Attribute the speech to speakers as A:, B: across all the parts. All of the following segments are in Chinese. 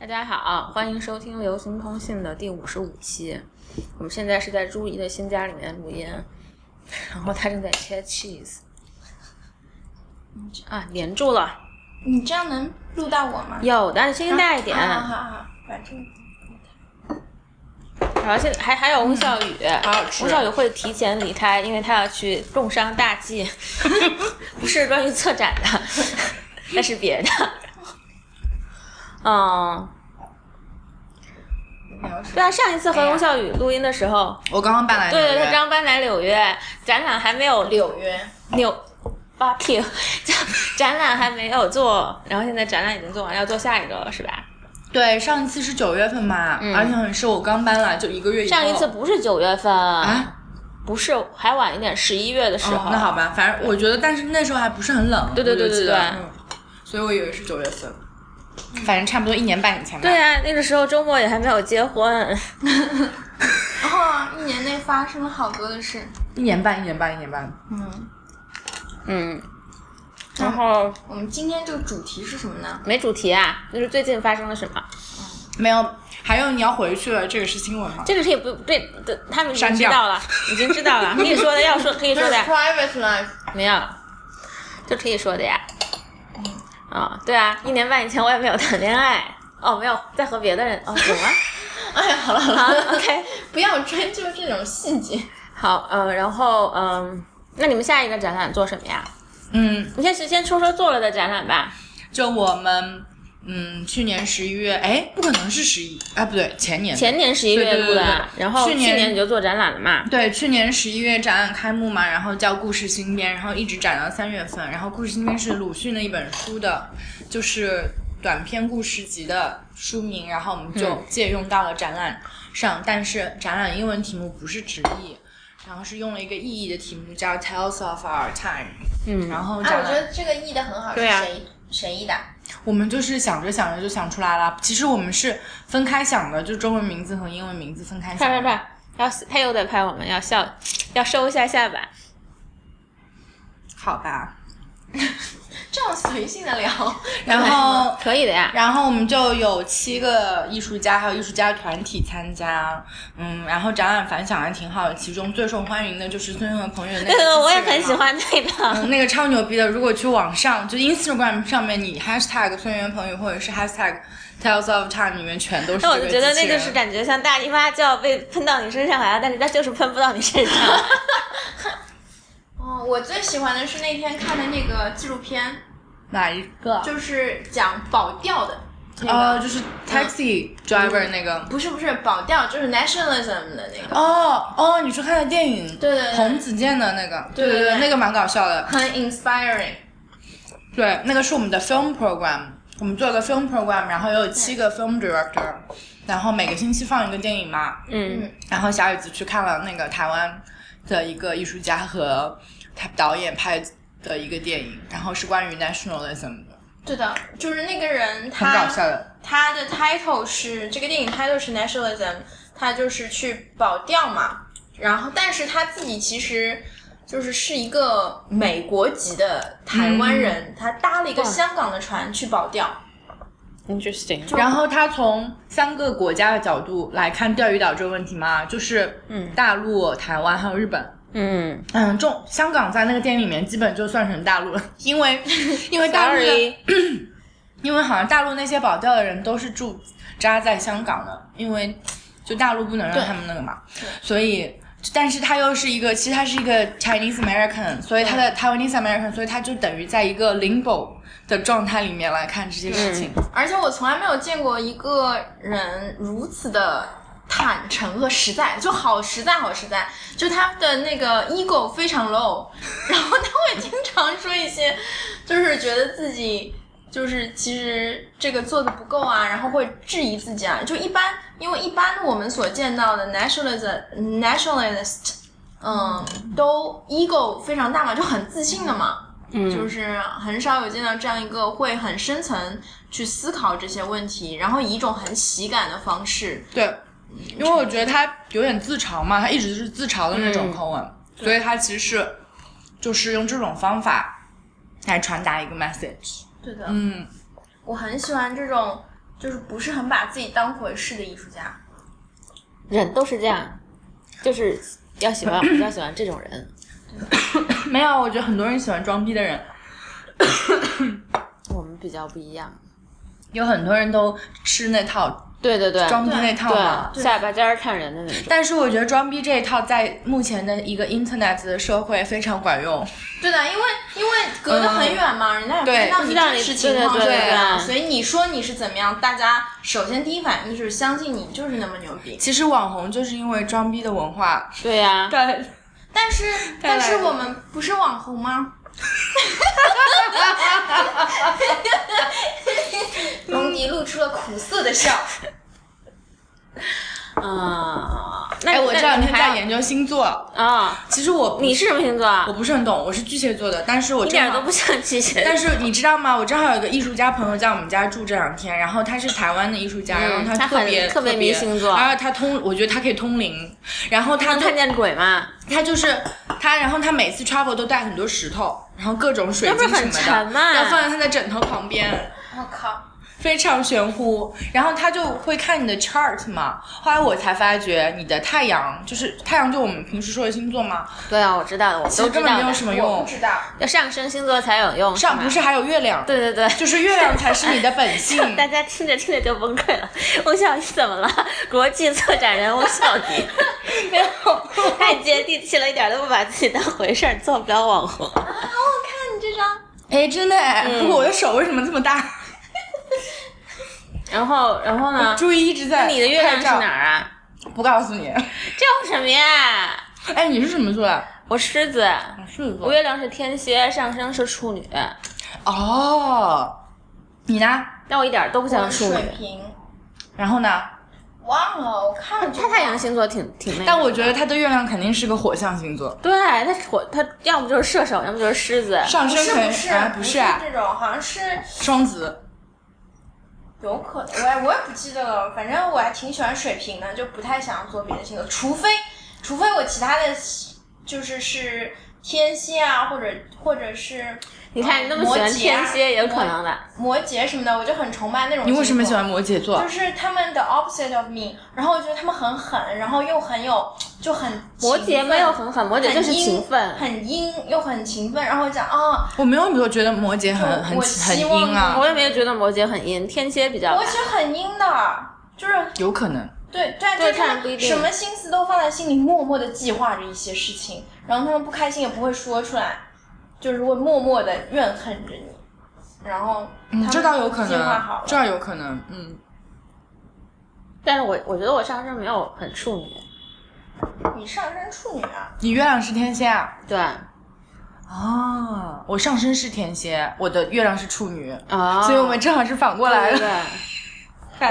A: 大家好，欢迎收听《流行通信》的第五十五期。我们现在是在朱姨的新家里面录音，然后她正在切 cheese。啊，粘住了，
B: 你这样能录到我吗？
A: 有的，声音大一点。
B: 好好好，反正
A: 然后现在还还有翁笑雨，
B: 啊嗯好好吃
A: 翁笑雨会提前离开，因为他要去重商大 计，不是关于策展的，那是别的。嗯，
B: 聊什
A: 对
B: 么？
A: 啊，上一次和
B: 哎呀
A: 翁笑雨录音的时候，
C: 我刚刚搬来纽约，
A: 对对，他刚搬来纽约，展览还没有
B: 纽约，
A: 纽八屁， 展展览还没有做，然后现在展览已经做完，要做下一个了是吧？
C: 对上一次是九月份嘛，
A: 嗯
C: 而且很是我刚搬来就一个月以后。
A: 上一次不是九月份，
C: 啊，
A: 不是还晚一点，十一月的时候。
C: 哦，那好吧，反正我觉得，但是那时候还不是很冷，
A: 对对对
C: 我就记
A: 对对
C: 得嗯，所以我以为是九月份，反正差不多一年半以前吧。
A: 对啊，那个时候周末也还没有结婚，
B: 然后一年内发生了好多的事。
C: 一年半，一年半，一年半。
B: 嗯，
A: 嗯，然后
B: 我们今天这个主题是什么呢？
A: 没主题啊，就是最近发生了什么？
C: 没有，还有你要回去了，这个是新闻吗？
A: 这个是也不对，对他们已经
C: 删
A: 知
C: 掉
A: 道了，已经知道了，可以说的要说，可以说的
B: private life。
A: 没有，这可以说的呀。
C: 嗯
A: 啊、对啊，一年半以前我也没有谈恋爱，哦，没有在和别的人，哦，有 吗？
B: 哎呀，好了好
A: 啊
B: 了
A: ，OK，
B: 不要追究这种细节。
A: 好，嗯、然后嗯、那你们下一个展览做什么呀？
C: 嗯，
A: 你先先说说做了的展览吧。
C: 就我们，嗯，去年十一月，哎，不可能是十一，哎，不对，前年，
A: 前年十一
C: 对
A: 月
C: 对
A: 录的，
C: 对对
A: 然后去
C: 去年
A: 你就做展览了嘛？
C: 对，去年十一月展览开幕嘛，然后叫《故事新编》，然后一直展到三月份。然后《故事新编》是鲁迅的一本书的，就是短篇故事集的书名，然后我们就
B: 嗯
C: 借用到了展览上，但是展览英文题目不是直译，然后是用了一个意义的题目叫《Tales of Our Time》，
A: 嗯，
C: 然后
B: 啊，
C: 展
B: 我
C: 览、
B: 觉得这个译的很好，是
A: 对啊
B: 谁谁译的？
C: 我们就是想着想着就想出来了。其实我们是分开想的，就中文名字和英文名字分开想
A: 快
C: 的。
A: 快快，要他又在拍我们，要笑，要收一下下巴。
C: 好吧，
B: 这样随性的聊，
C: 然后。
A: 可以的呀。
C: 然后我们就有七个艺术家，还有艺术家团体参加，嗯，然后展览反响还挺好的。其中最受欢迎的就是孙和朋友那个，
A: 对对， 我也很喜。欢那 个。
C: 嗯，那个超牛逼的！如果去网上，就 Instagram 上面，你 hashtag 孙元朋友或者是 hashtag Tales of Time 里面全都是这
A: 那
C: 个
A: 我
C: 机器人。
A: 就觉得那就是感觉像大姨妈就要被喷到你身上来了，但是它就是喷不到你身上。
B: 哦，我最喜欢的是那天看的那个纪录片，
C: 哪一个？
B: 就是讲保钓的。那个
C: 哦，就是 taxi driver 那
A: 嗯
C: 个。
B: 不是不是保钓，就是 nationalism 的那个，
C: 哦哦，你去看的电影，
B: 对对对
C: 洪子健的那个，
B: 对对
C: 对
B: 对
C: 那个蛮搞笑的。
B: 很 inspiring。
C: 对，那个是我们的 film program，我们做了个 film program，然后有七个 film director，然后每个星期放一个电影嘛。
A: 嗯，
C: 然后小雨子去看了那个台湾的一个艺术家和他导演拍的一个电影，然后是关于 nationalism 的，
B: 对的，就是那个人
C: 很搞
B: 他
C: 笑的。
B: 他的 title 是这个电影 title 是 nationalism，他就是去保钓嘛，然后但是他自己其实。就是是一个美国籍的台湾人，
C: 嗯
B: 他搭了一个香港的船去保钓，
A: ，interesting。
C: 然后他从三个国家的角度来看钓鱼岛这个问题嘛，就是
A: 嗯
C: 大陆、台湾还有日本。
A: 嗯
C: 嗯，中香港在那个电影里面基本就算成大陆了，因 为因为大陆的
A: ，sorry，
C: 因为好像大陆那些保钓的人都是驻扎在香港的，因为就大陆不能让他们那个嘛，所以。但是他又是一个，其实他是一个 Chinese American，所以他的 Taiwanese American，所以他就等于在一个 limbo 的状态里面来看这些事情。
B: 而且我从来没有见过一个人如此的坦诚和实在，就好实在，好实在。就他的那个 ego 非常 low，然 后他会经常说一些，就是觉得自己就是其实这个做的不够啊，然后会质疑自己啊。就一般，因为一般我们所见到的 nationalism nationalist，嗯，都 ego 非常大嘛，就很自信的嘛。
A: 嗯
B: 就是很少有见到这样一个会很深层去思考这些问题，然后以一种很喜感的方式。
C: 对，因为我觉得他有点自嘲嘛，他一直是自嘲的那种口吻，所以他其实是就是用这种方法来传达一个 message。
B: 对的，
C: 嗯，
B: 我很喜欢这种就是不是很把自己当回事的艺术家。
A: 人都是这样，就是要喜欢 比较喜欢这种人。
C: 没有，我觉得很多人喜欢装逼的人，
A: 我们比较不一样。
C: 有很多人都吃那套
A: 对对对，
C: 装逼那套嘛。
A: 对下巴尖儿看人的那种。
C: 但是我觉得装逼这一套在目前的一个 Internet 的社会非常管用。
B: 对的，因为因为隔得很远嘛，人家也不
C: 对
B: 知道
A: 嗯不
B: 你
A: 知道
B: 真
A: 你
B: 实情况是怎
A: 对对
B: 么样，
A: 对
B: 所以你说你是怎么样，大家首先第一反应就是相信你就是那么牛逼。
C: 其实网红就是因为装逼的文化
A: 对啊呀、
C: 带
B: 但是
C: 带来
B: 但是
C: 的
B: 我们不是网红 吗？龙迪嗯露出了苦涩的笑。
A: 啊、那
C: 哎，我这两
A: 你
C: 天在
A: 还
C: 研究星座，
A: 啊、
C: 其实我
A: 你是什么星座啊？
C: 我不是很懂，我是巨蟹座的，但是我
A: 一
C: 正
A: 点
C: 好
A: 都不像巨蟹。
C: 但是你知道吗？我正好有个艺术家朋友在我们家住这两天，然后他是台湾的艺术家，
A: 嗯
C: 然后
A: 他
C: 特
A: 很
C: 别
A: 特别迷星座
C: 而且他通，我觉得他可以通灵，然后他
A: 能
C: 就
A: 看见鬼吗？
C: 他就是他，然后他每次 travel 都带很多石头，然后各种水
A: 那
C: 晶
A: 不是
C: 什
A: 很
C: 么的，
A: 沉吗
C: 要放在他的枕头旁边。
B: 我靠！
C: 非常玄乎，然后他就会看你的 chart 嘛。后来我才发觉，你的太阳就是太阳，就我们平时说的星座嘛，
A: 对啊，我知道的，我们
C: 其
A: 都
C: 实
A: 知
C: 根本
A: 道
C: 没有
A: 的。
C: 什么
B: 我
C: 用
B: 不。知道，
A: 要上升星座才有用，
C: 上
A: 吗
C: 不是还有月亮，
A: 对对对。
C: 就是月亮才是你的本 性。
A: 大家听着听着就崩溃了。 翁笑你怎么了？国际策展人翁笑你，没有太接地气了，一点都不把自己当回事儿，做不了网红。
B: 看你这张，
C: 哎，真的哎，
A: 嗯
C: 不过我的手为什么这么大？
A: 然后，然后呢？
C: 注意一直在
A: 你的月亮
C: 拍
A: 是
C: 照
A: 哪？儿啊？
C: 不告诉你。
A: 这有什么呀？
C: 哎，你是什么座啊？
A: 我狮子，
C: 狮子
A: 我。月亮是天蝎，上升是处女，
C: 哦，你呢？
A: 但我一点都不像处
B: 水
A: 女。
B: 平，
C: 然后呢？
B: 忘了，我看了就
A: 他太阳星座挺挺那个，
C: 但我觉得他的月亮肯定是个火象星座，
A: 对他火，他要么就是射手，要么就是狮子。
C: 上
B: 不
C: 升
B: 是
C: 可
B: 不
C: 能
B: 是、
C: 啊
B: 不
C: 不是啊
B: 这种，好像是
C: 双子。
B: 有可能，我也我也不记得了，反正我还挺喜欢水瓶的，就不太想做别的星座，除非除非我其他的就是是天蝎啊，或者或者是
A: 你看你那么喜欢
B: 摩羯啊
A: 天蝎，也有可能的。
B: 摩羯什么的，我就很崇拜那种。
C: 你为什么喜欢？摩羯座
B: 就？是他们的 opposite of me，然后我觉得他们很狠，然后又很有就很
A: 摩
B: 勤
A: 羯
B: 奋
A: 没有很狠，摩羯就是
B: 很阴
A: 勤奋。
B: 很阴又很勤奋，然后我讲啊，
C: 我没有没有觉得摩羯很很
B: 我
C: 很
B: 希望
C: 阴啊
A: 我，也没有觉得摩羯很阴，天蝎比较
B: 我觉得很阴的，就是
C: 有可能。
B: 对对
A: 对
B: 就是
A: 看
B: 他
A: 人不一
B: 们
A: 定
B: 什么心思都放在心里，默默的计划着一些事情，然后他们不开心也不会说出来，就是会默默的怨恨着你，然后他
C: 嗯，
B: 们
C: 这倒有可
B: 计划好
C: 能
B: 了，
C: 这倒有可能。嗯，
A: 但是我我觉得我上升没有很处女，
B: 你上升处女啊，
C: 你月亮是天蝎啊？
A: 对
C: 啊，我上升是天蝎，我的月亮是处女，
A: 啊
C: 所以我们正好是反过来
A: 对对。
C: 了。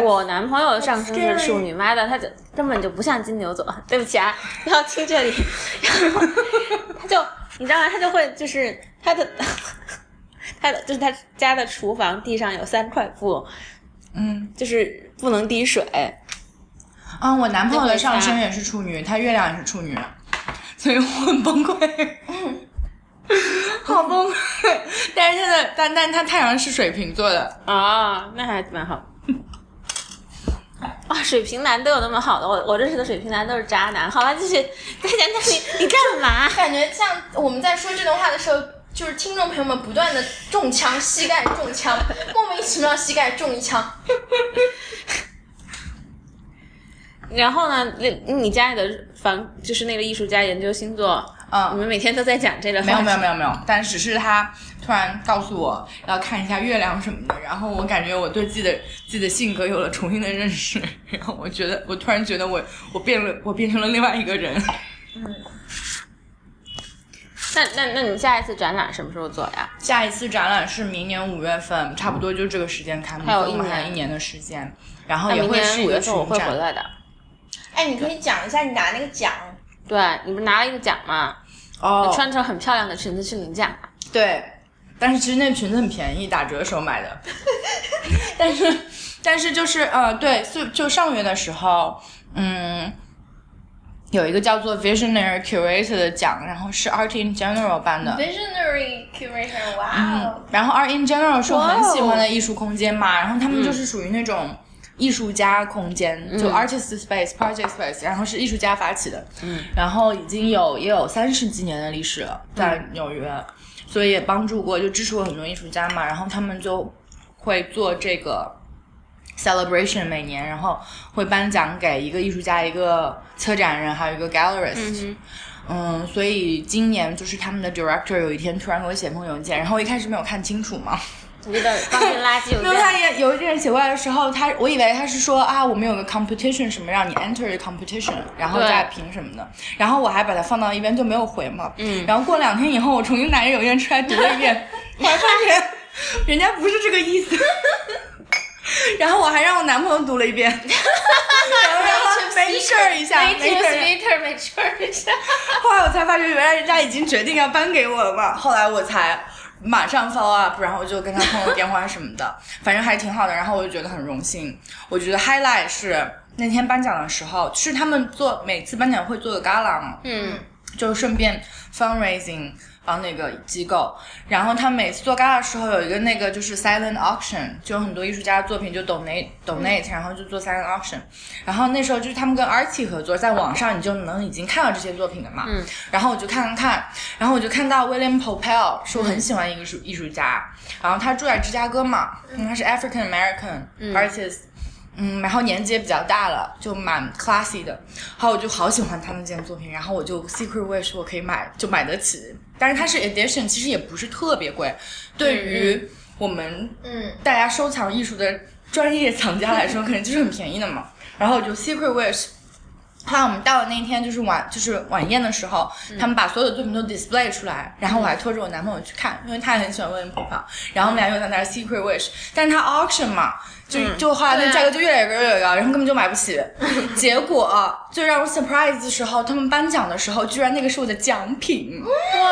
A: 我男朋友上升是处女，妈的，他就根本就不像金牛座。对不起啊，不要听这里。然后他就你知道吗？他就会就是他的他的就是他家的厨房地上有三块布，
C: 嗯，
A: 就是不能滴水。
C: 啊，我男朋友的上升也是处女，他月亮也是处女，所以我很崩溃， 好崩溃。但是他的，但但他太阳是水瓶座的，
A: 啊、那还蛮 好。啊，水瓶男都有那么好的，我我认识的水瓶男都是渣男。好吧，继续， 大家，那你你干嘛？
B: 感觉像我们在说这段话的时候。就是听众朋友们不断的中枪，膝盖中枪，莫名其妙膝盖中一枪。
A: 然后呢，那你家里的房就是那个艺术家研究星座，你
C: 嗯。
A: 们每天都在讲这个话
C: 没
A: 题，
C: 有没有没有没有，但只是他突然告诉我要看一下月亮什么的，然后我感觉我对自己的自己的性格有了重新的认识，然后我觉得我突然觉得我我变了，我变成了另外一个人。
A: 那那那你下一次展览什么时候做呀？
C: 下一次展览是明年五月份，差不多就这个时间开幕，
A: 还有
C: 所以我们
A: 一
C: 还
A: 年
C: 有一年的时间，然后
A: 那
C: 也
A: 明
C: 会是
A: 年
C: 一
A: 五
C: 个
A: 月
C: 群
A: 份我会回
C: 展。
A: 来的。
B: 哎，你可以讲一下你拿那个奖，
A: 对，你不是拿了一个奖吗？
C: 哦，
A: 穿着很漂亮的裙子去领奖嘛。
C: 对，但是其实那裙子很便宜，打折时候买的。 但是，但是就是呃，对，就就上个月的时候，嗯，有一个叫做 Visionary Curator 的奖，然后是 Art in General 办的。
A: 嗯
C: 嗯
B: Visionary curator，哇哦！
C: 然后 Art in General 是我很喜
A: 哇
C: 欢
A: 哦
C: 的艺术空间嘛，然后他们就是属于那种艺术家空间，就 artist space、project space，然后是艺术家发起的，嗯，然后已经有也有三十几年的历史了，在纽约，所以也帮助过，就支持过很多艺术家嘛，然后他们就会做这个 celebration 每年，然后会颁奖给一个艺术家、一个策展人，还有一个 gallerist。嗯所以今年就是他们的 director 有一天突然给我写封邮件，然后我一开始没有看清楚嘛，
A: 你这个当成垃圾邮
C: 没有，他
A: 件，
C: 也有一人写过来的时候，他我以为他是说啊，我们有个 competition 什么让你 enter the competition，然后
A: 对
C: 再评什么的，然后我还把它放到一边就没有回嘛。嗯，然后过两天以后，我重新拿着邮件出来读了一 遍，我还发现人家不是这个意思。然后我还让我男朋友读了一 遍，然后让他没事儿一下，没事儿。
B: later，没事儿 没事儿。
C: 后来我才发觉，原来人家已经决定要颁给我了嘛。后来我才马上 follow up，然后我就跟他通了电话什么的， 反正还挺好的。然后我就觉得很荣幸。我觉得 highlight 是那天颁奖的时候，是他们做每次颁奖会做的 gala 嘛，
A: 嗯，
C: 就顺便 fundraising 帮那个机构。然后他每次做 gala 的时候有一个那个就是 silent auction，就有很多艺术家的作品就 donate donate，、然后就做 silent auction。然后那时候就是他们跟 Arti 合作，在网上你就能已经看到这些作品了嘛。
A: 嗯。
C: 然后我就看看看，然后我就看到 William Popel 是我很喜欢一个艺术艺术家，然后他住在芝加哥嘛，嗯他是 African American artist。嗯，然后年纪也比较大了，就蛮 classy 的。然后我就好喜欢他那件作品，然后我就 secret wish 我可以买，就买得起。但是它是 edition，其实也不是特别贵，对于我们
B: 嗯，
C: 大家收藏艺术的专业藏家来说，可能就是很便宜的嘛。然后我就 secret wish。后来我们到了那天，就是晚就是晚宴的时候，他们把所有的作品都 display 出来，然后我还拖着我男朋友去看，因为他也很喜欢 William p o p e 然后我们俩又在那儿 secret wish，但是他 auction 嘛，就、就后来那价格就越来越高，越来越高，然后根本就买不起。结果最让我 surprise 的时候，他们颁奖的时候，居然那个是我的奖品。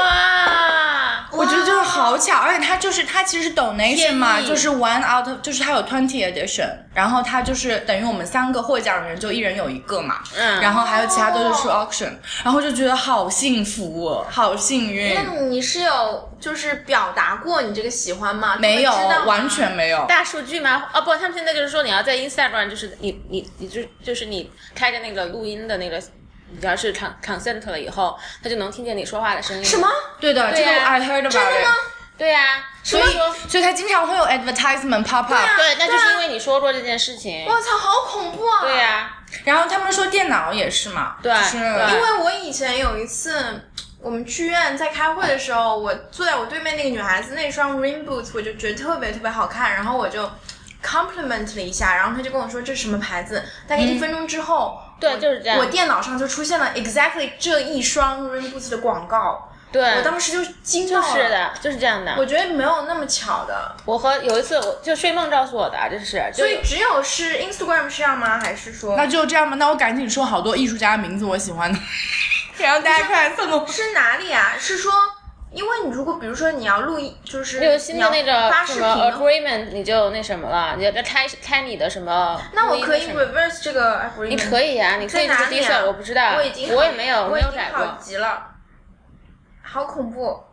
B: 哇，
C: 我觉得就是好巧，而且它就是它其实是 donation 嘛，
B: 建议
C: 就是 one out，of- 就是它有 twenty edition，然后它就是等于我们三个获奖人就一人有一个嘛，
A: 嗯
C: 然后还有其他都是出 auction，、然后就觉得好幸福、哦，好幸运，
B: 那你是有就是表达过你这个喜欢吗？
C: 没有
B: 他们知道吗
C: 完全没有，
A: 大数据吗？哦不，他们现在就是说你要在 Instagram，就是你你你就就是你开着那个录音的那个，你要是 con consent 了以后，他就能听见你说话的声音。
B: 什么？
C: 对的，这
A: 对
C: 个
A: 呀
C: 我 I heard about
B: 啊真的
C: it
B: 吗？
A: 对呀、所
C: 所
A: 以
C: 以
A: 说
C: 所以它经常会有 advertisement pop up，、
B: 啊
A: 对，那就是因为你说过这件事情。
B: 我操，好恐怖啊！
A: 对呀、
C: 然后他们说电脑也是嘛，
A: 对
C: 就是
A: 对
B: 因为我以前有一次，我们剧院在开会的时候，我坐在我对面那个女孩子那双 rain boots，我就觉得特别特别好看，然后我就 compliment 了一下，然后她就跟我说这是什么牌子，大概一分钟之后，
A: 嗯对，就是这样。
B: 我电脑上就出现了 exactly 这一双 rain boots 的广告，
A: 对，
B: 我当时就惊到
A: 就
B: 了。
A: 是，的，就是这样的。
B: 我觉得没有那么巧的，
A: 我和有一次我就睡梦告诉我的，啊这是就
B: 所以只有是 Instagram 是这样吗？还是说
C: 那就这样吧，那我赶紧说好多艺术家的名字我喜欢的，然后大家快来送我。
B: 是哪里啊？是说，因为你如果比如说你要录音，就是
A: 有新的那
B: 你要发
A: 个
B: 视
A: 什
B: 频
A: 么呃
B: 的话，
A: agreement，你就那什么了，你要开开你的什么录音的什么？
B: 那我可以 reverse 这个 agreement。
A: 你可以呀、你可以
B: 在哪
A: 第一
B: 里
A: 次
B: 啊？
A: 我不知道，
B: 我已经
A: 我也没有
B: 我
A: 没
B: 已
A: 有
B: 经
A: 改
B: 好
A: 过。
B: 极了，好恐怖，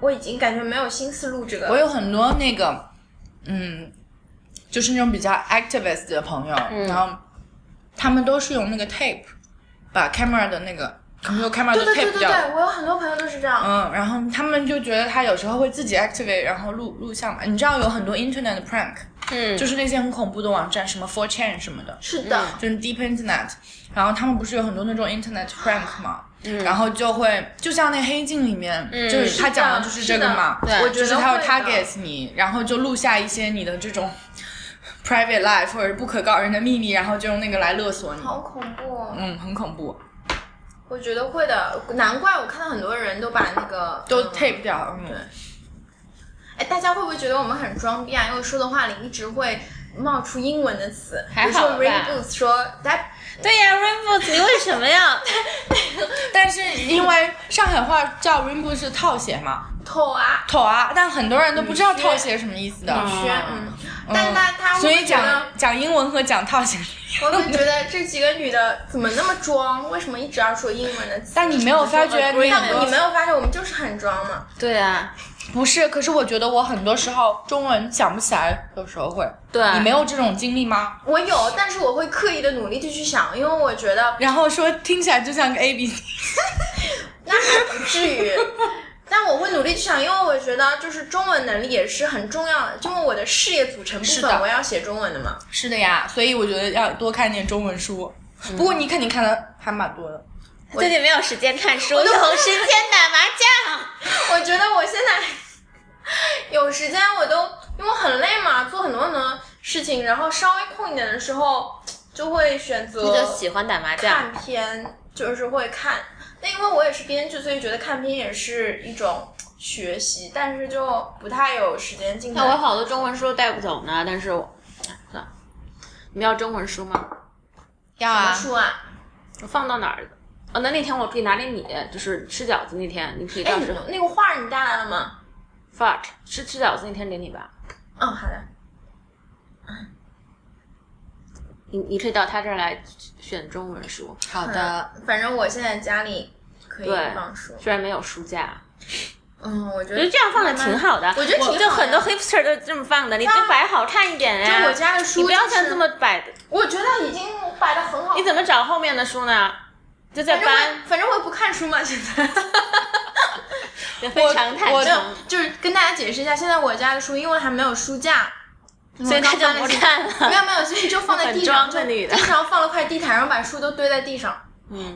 B: 我已经感觉没有心思录这个。
C: 我有很多那个，嗯，就是那种比较 activist 的朋友，
B: 嗯
C: 然后他们都是用那个 tape 把 camera 的那个 computer camera
B: 对对对
C: 都 tape
B: 对
C: 掉。
B: 对，我有很多朋友都是这样。
C: 嗯，然后他们就觉得他有时候会自己 activate，然后录录像嘛。你知道有很多 internet 的 prank，
A: 嗯，
C: 就是那些很恐怖的网站，什么4 chan 什么的，
B: 是的，
A: 嗯
C: 就是 deep internet，然后他们不是有很多那种 internet prank 嘛，
B: 嗯
C: 然后就会就像那《黑镜》里面，就是他讲的就是这个嘛，
B: 是的对我觉
C: 就
B: 得
C: 是他
B: 会
C: 会
B: 的
C: target 你，然后就录下一些你的这种 private life 或者是不可告人的秘密，然后就用那个来勒索你，
B: 好恐怖。哦
C: 嗯，很恐怖，
B: 我觉得会的，难怪我看到很多人都把那个
C: 都
B: 嗯
C: tape 掉，嗯，
B: 哎，大家会不会觉得我们很装逼啊？因为说的话里一直会冒出英文的词，比
A: 还
B: 如说
A: 好吧
B: rain boots，说 that
A: 对呀、r a i n b o w 你为什么要？
C: 但是因为上海话叫 rainbow 是套鞋嘛，
B: 头啊，
C: 头啊，但很多人都不知道套鞋什么意思的，
B: 轩，嗯，但他他
C: 所
B: 会
C: 以
B: 觉得
C: 讲讲英文和讲套型，
B: 我会觉得这几个女的怎么那么装？为什么一直要说英文呢？
C: 但你没有发觉你很
B: 但
C: 多
B: 你没有发现我们就是很装吗？
A: 对啊，
C: 不是？可是我觉得我很多时候中文想不起来，有时候会。
A: 对啊
C: 你没有这种经历吗？
B: 我有，但是我会刻意的努力的去想，因为我觉得
C: 然后说听起来就像个 A B C，
B: 那还不至 于。但我会努力去想，因为我觉得就是中文能力也是很重要的，因为我的事业组成部
C: 是
B: 分
C: 的
B: 我要写中文的嘛。
C: 是的呀，所以我觉得要多看点中文书。不过你肯定看的还蛮多的，
A: 最近没有时间看书，有时间打麻将。
B: 我觉得我现 在有时间，我都因为我很累嘛，做很多很多事情，然后稍微空一点的时候就会选择
A: 你就喜欢打麻将
B: 看，片，就是会看。那因为我也是编剧，所以觉得看片也是一种学习，但是就不太有时间进
A: 那我有
B: 来。
A: 好多中文书都带不走呢，但是我，算了，你们要中文书吗？
C: 要
B: 什么
C: 啊，
B: 书啊？
A: 我放到哪儿了？哦，那那天我可以拿给你，就是吃饺子那天，你可以
B: 哎，
A: 到
B: 你
A: 时候
B: 那个画你带来了吗？
A: fuck 吃吃饺子那天给你吧，
B: 嗯，好的。
A: 你你可以到他这儿来选中文书，
C: 好的，
B: 反正我现在家里可以
A: 对
B: 放书。
A: 虽然没有书架，
B: 嗯，我
A: 我觉
B: 觉得
A: 得这样放的挺。好的。
B: 我觉得挺好的
A: 就很多 hipster 都这么放的，你就摆好看一点
B: 就
A: 哎呀。
B: 我家的书、
A: 你不要
B: 像
A: 像这么摆的，
B: 我觉得已经摆的很好。
A: 你怎么找后面的书呢？就在
B: 反正
A: 搬
B: 我，反正我也不看书嘛，现在。
A: 也非常坦
C: 我
B: 没有
A: 诚，，
B: 就是跟大家解释一下，现在我家的书因为还没有书架，
A: 所以他就
B: 我刚
A: 不
B: 搬了新
A: 看了。
B: 没有没有，所以就放在地上，
A: 很装
B: 就
A: 的女的
B: 地上放了块地毯，然后把书都堆在地上。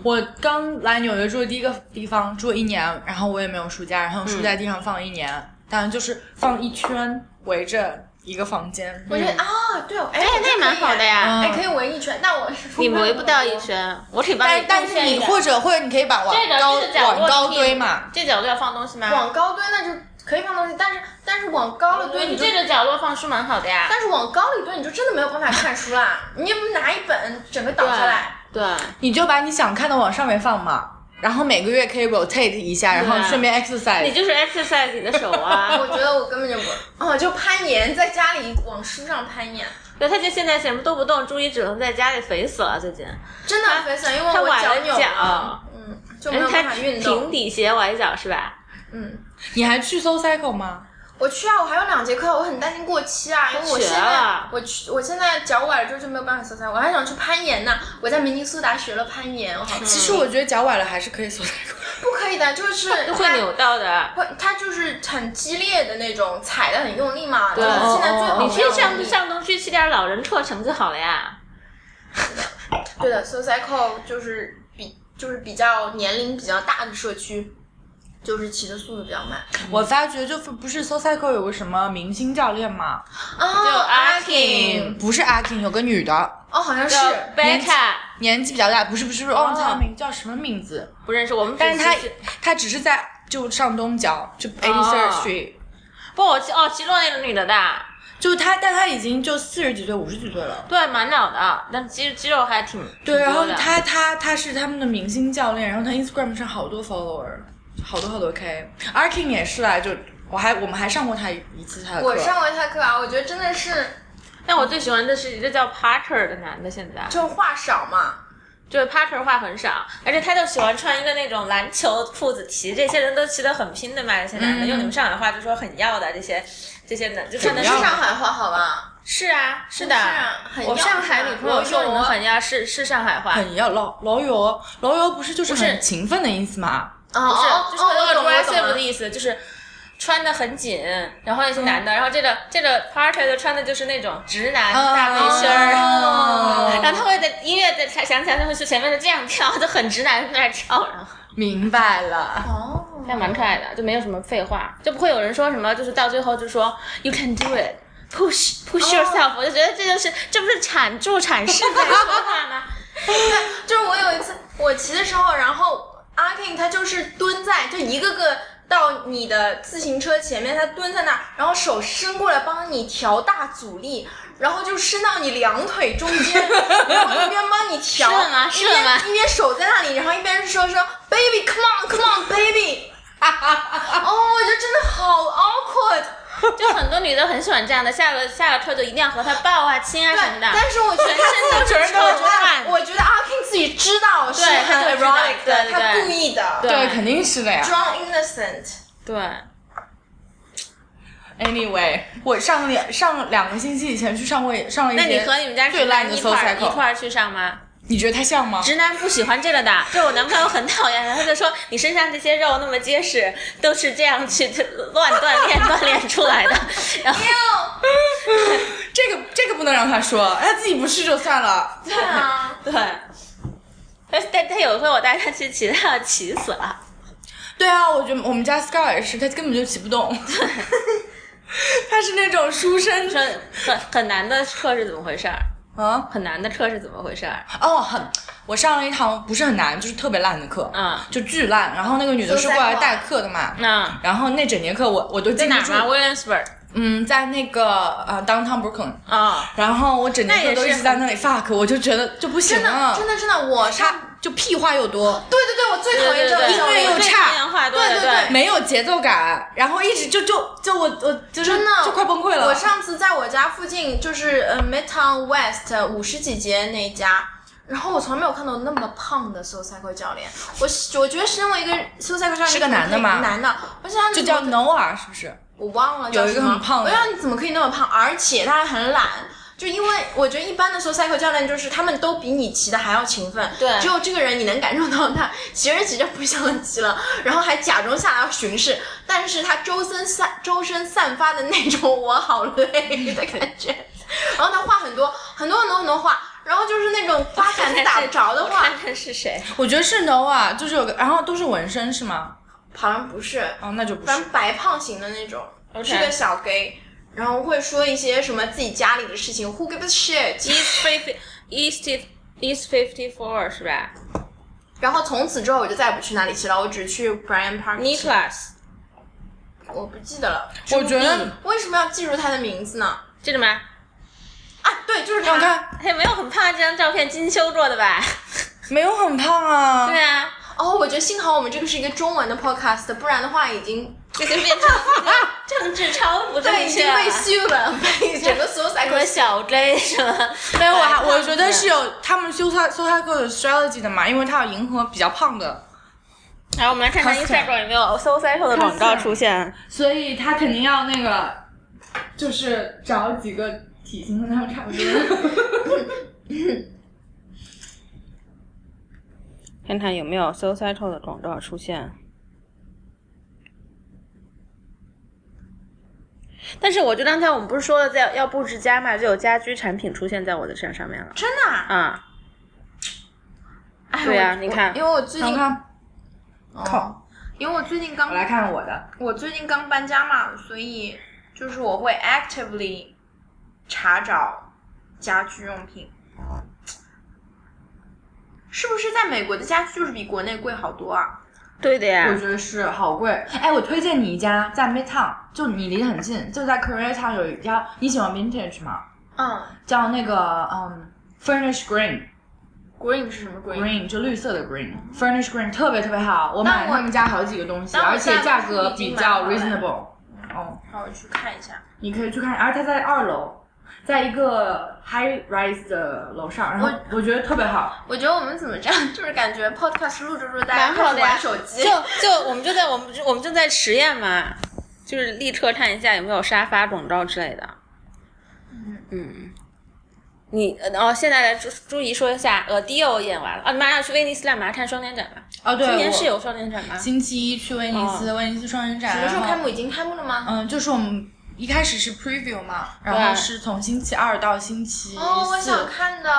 C: 我刚来纽约住的第一个地方住一年，然后我也没有书架，然后书在地上放了一年，当然就是放一圈围着一个房间。
B: 我觉得啊，对哦，哎，
A: 哎，
B: 我觉得
A: 那也蛮
B: 可以
A: 好的。呀。
C: 嗯
B: 哎，可以围一圈，但我是
A: 你围不到一，圈，我可以帮
C: 但
A: 你
C: 但
A: 动
C: 是
A: 圈一
C: 你
A: 点。
C: 或者或者你可以把往
A: 这个
C: 高
A: 这个角
C: 往
A: 落
C: 高
A: 你可以
C: 堆嘛，
A: 这角落要放东西吗？
B: 往高堆那就可以放东西，但是但是往高了堆
A: 你
B: 你就
A: 嗯这，个角落放书蛮好的呀。
B: 但是往高了堆你就真的没有办法看书啦，你也不拿一本整个倒下来。
A: 对，啊
C: 你就把你想看的往上面放嘛，然后每个月可以 rotate 一下，然后顺便 exercise。
A: 啊你就是 exercise 你的手
B: 我
A: 啊。
B: 觉得我根本就不，哦，就攀岩，在家里往书上攀岩，
A: 对，他就现在什么都不动，注意只能在家里肥死了。最近，
B: 真的很死，因为
A: 他
B: 我
A: 崴
B: 脚
A: 了
B: 扭
A: 脚哎
B: 了，嗯，就没有办
A: 他
B: 法运
A: 平
B: 动，
A: 底鞋崴脚是吧？
B: 嗯。
C: 你还去 Soul Cycle 吗？
B: 我去啊，我还有两节课，我很担心过期啊，因为我
A: 学
B: 现在
A: 了
B: 我去，我现在脚崴了之后就没有办法搜山，我还想去攀岩呢。我在明尼苏达学了攀岩，我好
A: 嗯
B: 其
C: 其实我觉得脚崴了还是可以 Soul Cycle。
B: 不可以的，就是
A: 会扭到的。
B: 它，会它就是很激烈的那种，踩的很用力嘛。
A: 对哦
B: 就是现在最好
A: 你
B: 没有
A: 去上
B: 用力
A: 上东区去点老人课程就好了呀。
B: 对的 s o c y c l 就是比就是比较年龄比较大的社区，就是骑的速度比较慢。
A: 嗯
C: 我发觉就是不是 Soul Cycle 有个什么明星教练嘛？嗯
B: 哦，
A: 就阿嗯
B: King，
C: 不是阿 King，有个女的，
B: 哦，好像是
A: 叫
C: 年纪
A: Becca，
C: 年纪比较大，不是不是不是，忘记她名叫什么名字。
A: 不认识我们只
C: 但
A: 哦是
C: 是
A: 去，
C: 她她只是在就上东角，就 Eighty Third Street，
A: 不，我骑哦骑洛那个女的的，
C: 就她，但她已经就四十几岁、五十几岁了。
A: 对，蛮老的，但肌肌肉还挺
C: 对，
A: 挺
C: 然
A: 多
C: 后
A: 的
C: 他他他是他们的明星教练，然后他 Instagram 上好多 follower，好多好多 K。R King 也是啊，就我还我们还上过他一次他的课。
B: 我上过他课啊，我觉得真的是
A: 但我最喜欢的是一个叫 Parker 的男的，现在
B: 就话少嘛。
A: 就是 Parker 话很少，而且他就喜欢穿一个那种篮球裤子骑，这些人都骑得很拼的嘛，这些男的、用你们上海话就说很要的这些这些男，就穿的
C: 很要
B: 上海话好吧？
A: 是啊，是的，
B: 是啊很要
A: 我上海女朋友说你们很要是是上海话，
C: 很要老老油，老油不是就是很勤奋的意思吗？
B: 哦，
A: 不是
B: 哦
A: 就是
B: 哦，我
A: 那个
B: 懂了，我
A: dress
B: 懂
A: up 的
B: 了。嗯
A: 意思，就是。穿的很紧，然后那些男的，然后这个这个 Parker 就穿的就是那种直男大背心儿，
B: 嗯
A: 嗯
C: 哦
A: 然后他会在音乐在响起来，他会去前面就这样跳，就很直男在那儿跳，
B: 嗯
A: 然后。
C: 明白了，
B: 哦，
A: 还蛮可爱的，就没有什么废话，就不会有人说什么，就是到最后就说 you can do it。push push
B: 哦
A: yourself，、我就觉得这就是这不是阐住阐释在说话 吗？
B: 就是我有一次我骑的时候，然后阿 King 他就是蹲在就一个个到你的自行车前面，他蹲在那儿，然后手伸过来帮你调大阻力。然后就伸到你两腿 中间，然后一边帮你调，
A: 是吗
B: 一
A: 是
B: 边
A: 吗
B: 一边手在那里，然后一边说说 baby come on come on baby，哦，我觉得真的好 awkward，
A: 就很多女的很喜欢这样的，下了下了车就一定要和他抱啊、亲啊
B: 对
A: 什么，的。
B: 但是我觉得他
A: 全身都是
B: 我觉
A: 汗
B: 得我觉得阿 King 自己知道是
A: 对他
B: 很
A: 就知道
B: erotic
A: 对
B: 的，
A: 对
B: 他
A: 对
B: 故意的，
A: 对
C: 对，肯定是的呀。
B: 装 innocent。
A: 对，
C: Anyway，我上两上两个星期以前去上过上了一
A: 那
C: 节，
A: 你和你们家直
C: 对烂
A: 男
C: 的
A: 一
C: 搜
A: 块
C: 塞
A: 儿一
C: 口
A: 块，儿去上吗？
C: 你觉得他像吗？
A: 直男不喜欢这个的，就我男朋友很讨厌的，他就说你身上这些肉那么结实，都是这样去乱锻炼锻炼出来的。然后
C: 这个这个不能让他说，哎他自己不是就算了。
B: 对啊，
A: 对，但但他有一回我带他去骑，他要骑死了。
C: 对啊，我觉得我们家 Scar 也是，他根本就骑不 动。他是那种书生
A: 说很很难的课是怎么回事儿？
C: 啊
A: 很难的课是怎么回事儿？
C: 哦，很，我上了一堂不是很难，就是特别烂的课，
A: 嗯
C: 就巨烂。然后那个女的是过来代课的嘛，
A: 那
C: 然后那整节课我我都
A: 在
C: 记
A: 哪
C: 不
A: 儿
C: 住，
A: 吗？Williamsburg
C: 嗯，在那个呃 downtown Brooklyn，
A: 啊、
C: 然后我整节
A: 那也
C: 课都一
A: 是
C: 直在那里 fuck，我就觉得就不行
B: 真的
C: 了，
B: 真的真的，我上
C: 嗯他就屁话又多，
B: 对对对，我最讨厌这种
A: 对对对
C: 音乐又
A: 对
C: 差
A: 太阳话多
B: 对
A: 了，
B: 对对
C: 没有节奏感，然后一直就就就我我就是
B: 真的
C: 就快崩溃了。
B: 我上次在我家附近，就是呃 Midtown West 五十几街那家，然后我从来没有看到那么胖的 s o c y c l e 教练。我是我觉得身为一个 s o c y c l e 教练
C: 是个男的吗
B: 男的，我想
C: 就叫 Noah 是不是？
B: 我忘了
C: 有
B: 叫
C: 一
B: 什
C: 个
B: 么
C: 很胖
B: 我
C: 的
B: 想你怎么可以那么胖，而且他还很懒。就因为我觉得一般的时候，cycle 教练就是他们都比你骑的还要勤奋，
A: 对
B: 只有这个人你能感受到他 骑着骑着不想骑了，然后还假装下来要巡视，但是他周身散周身散发的那种我好累的感 觉，然后他画很多很多很多很多画，然后就是那种 八竿子打不着的
A: 我
B: 画
A: 看，看是谁。
C: 我觉得是 Noah，就是有个，然后都是纹身是吗？
B: 好像不是，
C: 哦，那就不
B: 反
C: 是
B: 正。白胖型的那种
A: OK
B: 是个小 gay，然后会说一些什么自己家里的事情，Who gives a shit？
A: East fifty East East fifty four 是吧
B: 然后从此之后我就再也不去那里骑了，我只去 Brian Park 骑。
A: ？Nicholas，
B: 我不记得了，
C: 我觉得
B: 为什么要记住他的名字呢？
A: 这个吗？
B: 啊，对，就是
C: 你
B: 他。
C: 看
A: 他也没有很胖，这张照片金修做的吧？
C: 没有很胖啊。
A: 对啊，
B: 哦，我觉得幸好我们这个是一个中文的 podcast，不然的话已经
A: 这就变成一个政治超不
B: 对
A: 正
B: 已
A: 确
B: 经被
A: 了。
B: sued 了，被整个所
C: 啊
B: 有赛
A: 什么小 J 什么？
C: 没有，我还
A: 白胖
C: 我觉得是有他们修他修他课有 strategy 的嘛，因为他要迎合比较胖的，
A: 然后我们来看看 Instagram 有没有 So Cycle 的广告出现。
C: 所以他肯定要那个，就是找几个体型跟他们差不多的。
A: 看看有没有 So Cycle 的广告出现。但是我就刚才我们不是说了在要布置家嘛，就有家居产品出现在我的身上面了。
B: 真的、啊？
A: 啊，
B: 哎
A: 对啊
B: 我
A: 你看
B: 因为我最
C: 看
B: 近，
C: 看，
B: 哦
C: 靠，
B: 因为我最近刚
C: 我来看看我的。
B: 我最近刚搬家嘛，所以就是我会 actively 查找家居用品。是不是在美国的家居就是比国内贵好多啊？
A: 对的呀
C: 我，觉得是好贵。哎，我推荐你一家在 Midtown，就你离得很近，就在 Koreatown 有一家。你喜欢 Vintage 吗？
B: 嗯
C: 叫那个嗯、Furnish Green
B: ，green 是什么 green？
C: Green 就绿色的 Green Furnish Green 特别特别好，我买
B: 那
C: 了
B: 我
C: 他们家好几个东西，
B: 那我
C: 而且
B: 下
C: 价
B: 次
C: 格
B: 已经
C: 比
B: 买
C: 较
B: 好了
C: reasonable。哦，
B: 好，我去看一下。
C: 你可以去看，而且它在二楼，在一个 high rise 的楼上，然后我觉得特别好。
B: 我觉得我们怎么这样，就是感觉 podcast 录着录着大家
A: 蛮
B: 开
A: 好
B: 始
A: 的呀。
B: 玩手机
A: 就。就我们就在我们就我们就在实验嘛，就是立刻看一下有没有沙发广告之类的。嗯，你呃哦，现在来朱朱怡说一下，呃，Dio 演完了啊，马上要去威尼斯了，马上看双年展吧。
C: 哦，对，
A: 今年
C: 我
A: 是有双年展吗？
C: 星期一去威尼斯，威尼斯双人展。
B: 什么时候
C: 然后
B: 开幕？已经开幕了吗？
C: 嗯，就是我们一开始是 preview 嘛，然后是从星期二到星期四。
B: 哦，我想看的，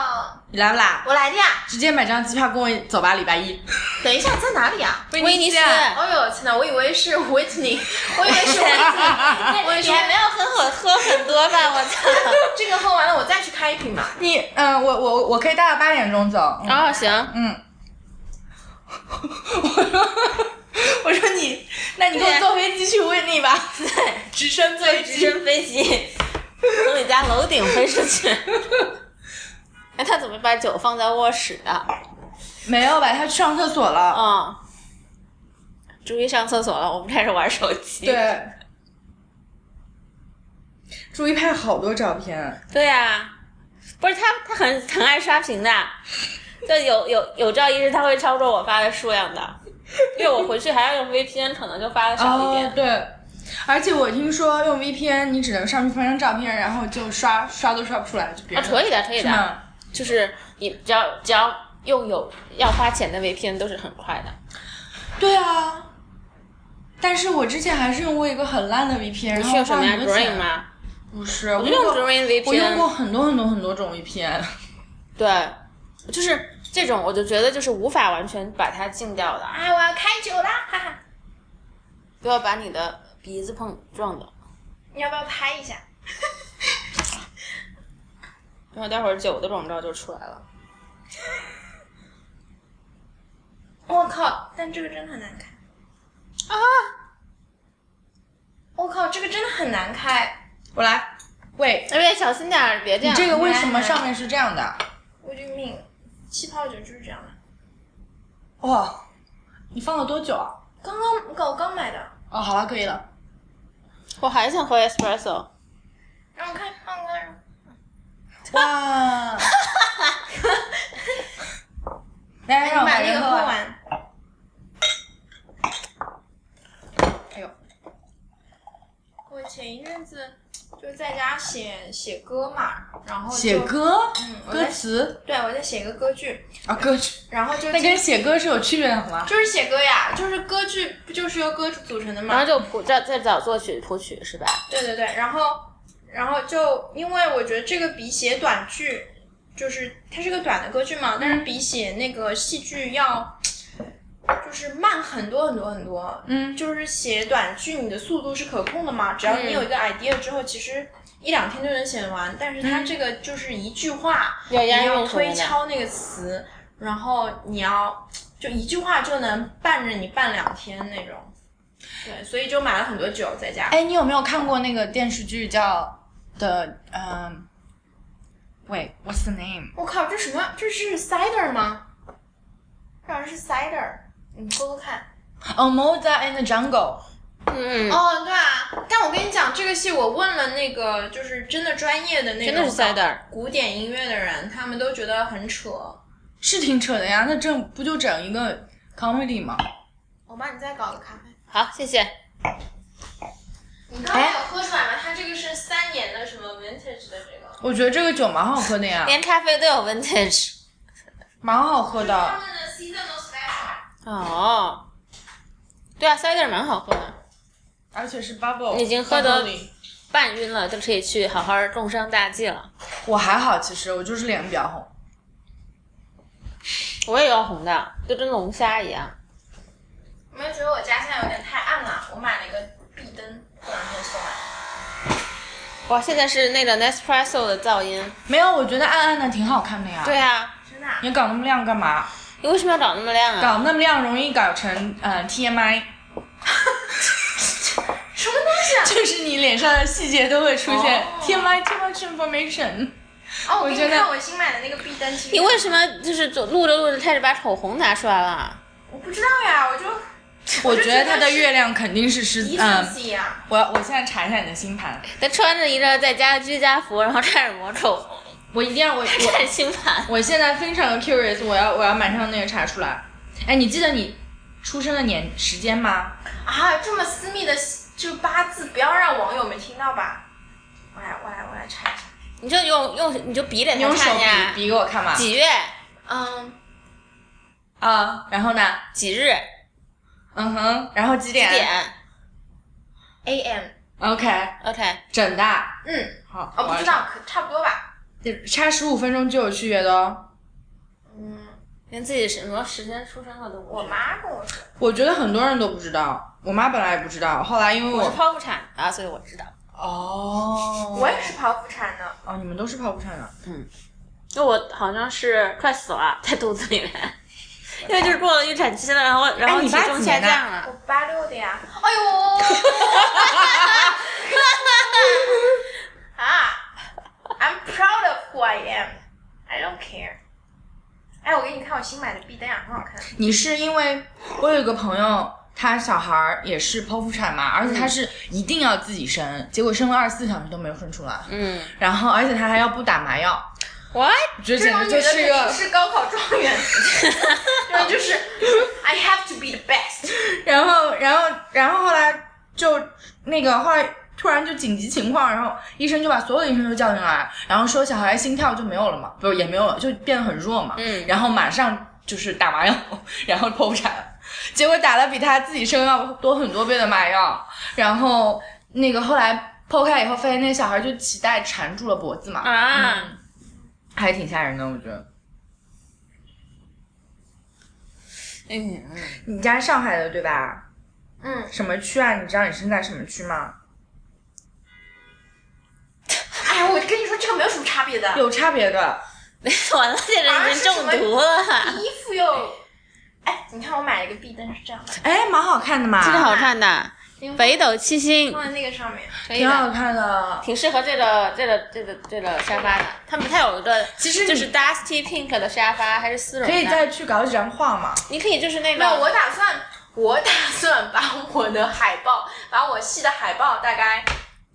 C: 你来不来？
B: 我来的呀。
C: 直接买张机票跟我走吧，礼拜一。
B: 等一下，在哪里啊？
A: 威尼斯，
B: 哦呦，天哪！我以为是 Whitney，我以为是 Whitney，我
A: 你
B: 说
A: 还没有很好喝很多吧？我 操！
B: 这个喝完了，我再去开一瓶嘛。
C: 你，嗯、我我我可以大概八点钟走。嗯
A: 哦，行，
C: 嗯。 我说， 我说你，那你跟我
A: 对
C: 坐飞机去问你吧。对，直升飞
A: 直
C: 机。
A: 升飞机从你家楼顶飞出 去。哎，他怎么把酒放在卧室啊？
C: 没有吧？他去上厕所了。
A: 嗯，注意上厕所了，我们开始玩手机。
C: 对。朱一派好多照片，
A: 对呀，不是他，他很很爱刷屏的，就有有有朝一日他会超过我发的数量的，因为我回去还要用 VPN，可能就发的少一点。
C: 哦，对。而且我听说用 VPN，你只能上去放张照片，然后就刷刷都刷不出来，就别
A: 啊，
C: 人
A: 可以的，可以
C: 是
A: 的，
C: 吗？
A: 就是你只要只要用有要花钱的 VPN 都是很快
C: 哦
A: 的。
C: 对啊。但是我之前还是用过一个很烂的 VPN，然
A: 你
C: 后
A: 是用什
C: 花
A: 么呀
C: 很多
A: ？Green
C: 钱。
A: 吗？
C: 不是，我
A: 我用
C: 过
A: Green
C: 我用过
A: VPN，
C: 很多很多很多种 VPN。
A: 对，就是这种，我就觉得就是无法完全把它禁掉的，
B: 哎，我要开酒啦，哈哈！
A: 不要把你的鼻子碰撞到。
B: 你要不要拍一下？
A: 然后待会儿酒的广告就出来了，
B: 我靠！但这个真的很难开啊！我靠，这个真的很难开，
C: 我来，喂，
A: 哎，别小心点儿，别这
C: 你
A: 样。
C: 这个为什么上面是这样的？
B: 我这个命！气泡酒就是这样的。
C: 哇，你放了多久啊？
B: 刚刚我刚买的，
C: 哦，好了，可以了。
A: 我还想喝 espresso，
B: 让我看，让我看。
C: 哇！ 来，让我
B: 把
C: 把
B: 那个
C: 人
B: 哎喝
C: 喝完。
B: 完。
C: 哎呦，
B: 我前一阵子就在家写写歌嘛，然后就
C: 写，歌，
B: 嗯，我
C: 歌
B: 在
C: 词
B: 对我在写一个歌剧，
C: 啊， 歌曲，
B: 然后就
C: 那跟写歌是有区别的，好吗？
B: 就是写歌呀，就是歌剧不就是由歌组成的
A: 然后
B: 嘛？
A: 就谱再再找作曲谱曲是吧？
B: 对对对，然后然后就因为我觉得这个比写短剧，就是它是个短的歌剧嘛，但是比写那个戏剧要。就是慢很多很多很多，
C: 嗯，
B: 就是写短剧，你的速度是可控的嘛？只要你有一个 idea 之后，其实一两天就能写完。但是它这个就是一句话，
A: 要押
B: 你
A: 韵
B: 要
A: 什么
B: 推
A: 的。
B: 敲那个词，然后你要就一句话就能伴着你伴两天那种。对，所以就买了很多酒在家。
C: 哎，你有没有看过那个电视剧叫的嗯？喂，What's the name？
B: 我靠，这什么？这是 cider 吗？这好像是 cider，你搜搜看。
C: 哦，《Moza and the Jungle》。
A: 嗯，嗯
B: 哦，对啊，但我跟你讲，这个戏我问了那个就是真的专业的那种
A: 真的是 cider。
B: 古典音乐的人，他们都觉得很扯。
C: 是挺扯的呀，那这不就整一个 comedy 吗？
B: 我帮你再搞个咖啡。
A: 好，谢谢。
B: 你刚
A: 哎
B: 才有喝出来吗？它这个是三年的什么 vintage 的这个，
C: 我觉得这个酒蛮好喝的呀，
A: 连咖啡都有 vintage。
C: 蛮好喝
B: 他
C: 的。
B: 们的 seasonal special。
A: 哦，对啊，cider 蛮好喝的，
C: 而且是 bubble，
A: 已经喝得
C: bubble 里
A: 半晕了就可以去好好重商大计了。
C: 我还好，其实我就是脸比较红。
A: 我也要红的，就跟龙虾一样。
B: 你们觉得我家现在有点太暗了？我买了一个壁灯，过两天送来。
A: 哇，现在是那个 Nespresso 的噪音。
C: 没有，我觉得暗暗的挺好看的呀。
A: 对，啊，
B: 真的啊、
C: 你搞那么亮干嘛？
A: 你为什么要搞那么亮啊？
C: 搞那么亮容易搞成呃 TMI，
B: 什么东西 啊
C: 就是你脸上的细节都会出现、
B: 哦
C: TMI too much information。
B: 啊？哦，我给
C: 我
B: 你
C: 觉得
B: 看我新买的那个壁灯，其实
A: 你为什么就是走录着录着开始把口红拿出来了？
B: 我不知道呀，我就
C: 我
B: 就
C: 觉得它
B: 觉得
C: 的
B: 是
C: 月亮肯定是狮
B: 一
C: 子。嗯、
B: 次性呀。
C: 我我现在查一下你的星盘，
A: 他穿着一个在家的居家服，然后开始抹口红，
C: 我一定要我我
A: 看星盘。
C: 我现在非常 curious，我要我要马上那个查出来。哎，你记得你出生的年时间吗？
B: 啊，这么私密的就八字，不要让网友们听到吧。我来，我来，我来查一下。
A: 你就用用你就比给
C: 你
A: 他
C: 用手
A: 看
C: 比
A: 呀，
C: 比给我看嘛。
A: 几月
B: 嗯，
C: 啊，然后呢？
A: 几日
C: 嗯哼，然后几
A: 几
C: 点
A: 点
B: AM，
C: o k
A: ？OK，
C: 整的。
B: 嗯，
C: 好，
B: 哦，不知道，可差不多吧。
C: 我要查，差十五分钟就有区别的哦。
B: 嗯，
A: 连自己什么时间出生的都不
B: 我
A: 知道。
B: 妈跟我说，
C: 我觉得很多人都不知道，我妈本来也不知道，后来因为
A: 我是
C: 我
A: 剖腹产啊，所以我知道。
C: 哦，
B: 我也是剖腹产的。
C: 哦，你们都是剖腹产的，
A: 因为我好像是快死了，在肚子里面， 因为就是过了预产期了，然后然后
C: 哎
A: 体
C: 你爸
A: 重
C: 几
A: 下
C: 年的
A: 降了。
B: 我八六的呀。哎 呦，啊，I'm proud of who I am. I don't care. 哎，我给你看我新买的壁灯啊，很好看。
C: 你是因为我有一个朋友，她小孩儿也是剖腹产嘛，而且她是一定要自己生，结果生了二十四小时都没有生出来，
A: 嗯
C: 然后而且她还要不打麻药，
A: ，what？
C: 我觉得简直就是一个，
B: 是高考状 元，对，就是 I have to be the best。
C: 然后然后然后后来就那个后来。突然就紧急情况，然后医生就把所有的医生都叫进来，然后说小孩心跳就没有了嘛，不是也没有了，就变得很弱嘛。
A: 嗯，
C: 然后马上就是打麻药，然后剖腹产，结果打了比他自己生要多很多倍的麻药，然后那个后来剖开以后，发现那小孩就脐带缠住了脖子嘛，
A: 啊，
C: 还挺吓人的，我觉得。
A: 嗯，
C: 你家上海的对吧？
B: 嗯，
C: 什么区啊？你知道你身在什么区吗？
B: 哎呀，我跟你说，这个没有什么差别的，
C: 有差别的，
A: 完了，这人已经中毒了，
B: 衣服又。哎，你看我买了一个壁灯是这样的，
C: 哎，蛮好看的嘛，
A: 这个好看的，
B: 因为
A: 北斗七星，
B: 放在那个上面。
A: 可以
C: 挺好
A: 的，
C: 看的。
A: 挺适合这个这个这个这个沙发的。他们它有一个
C: 其实你
A: 就是 dusty pink 的沙发，还是丝绒
C: 可
A: 的，
C: 以再去搞几张画嘛？
A: 你可以就是那
B: 没有，
A: 个
B: 我打算，我打算把我的海报，把我系的海报，大概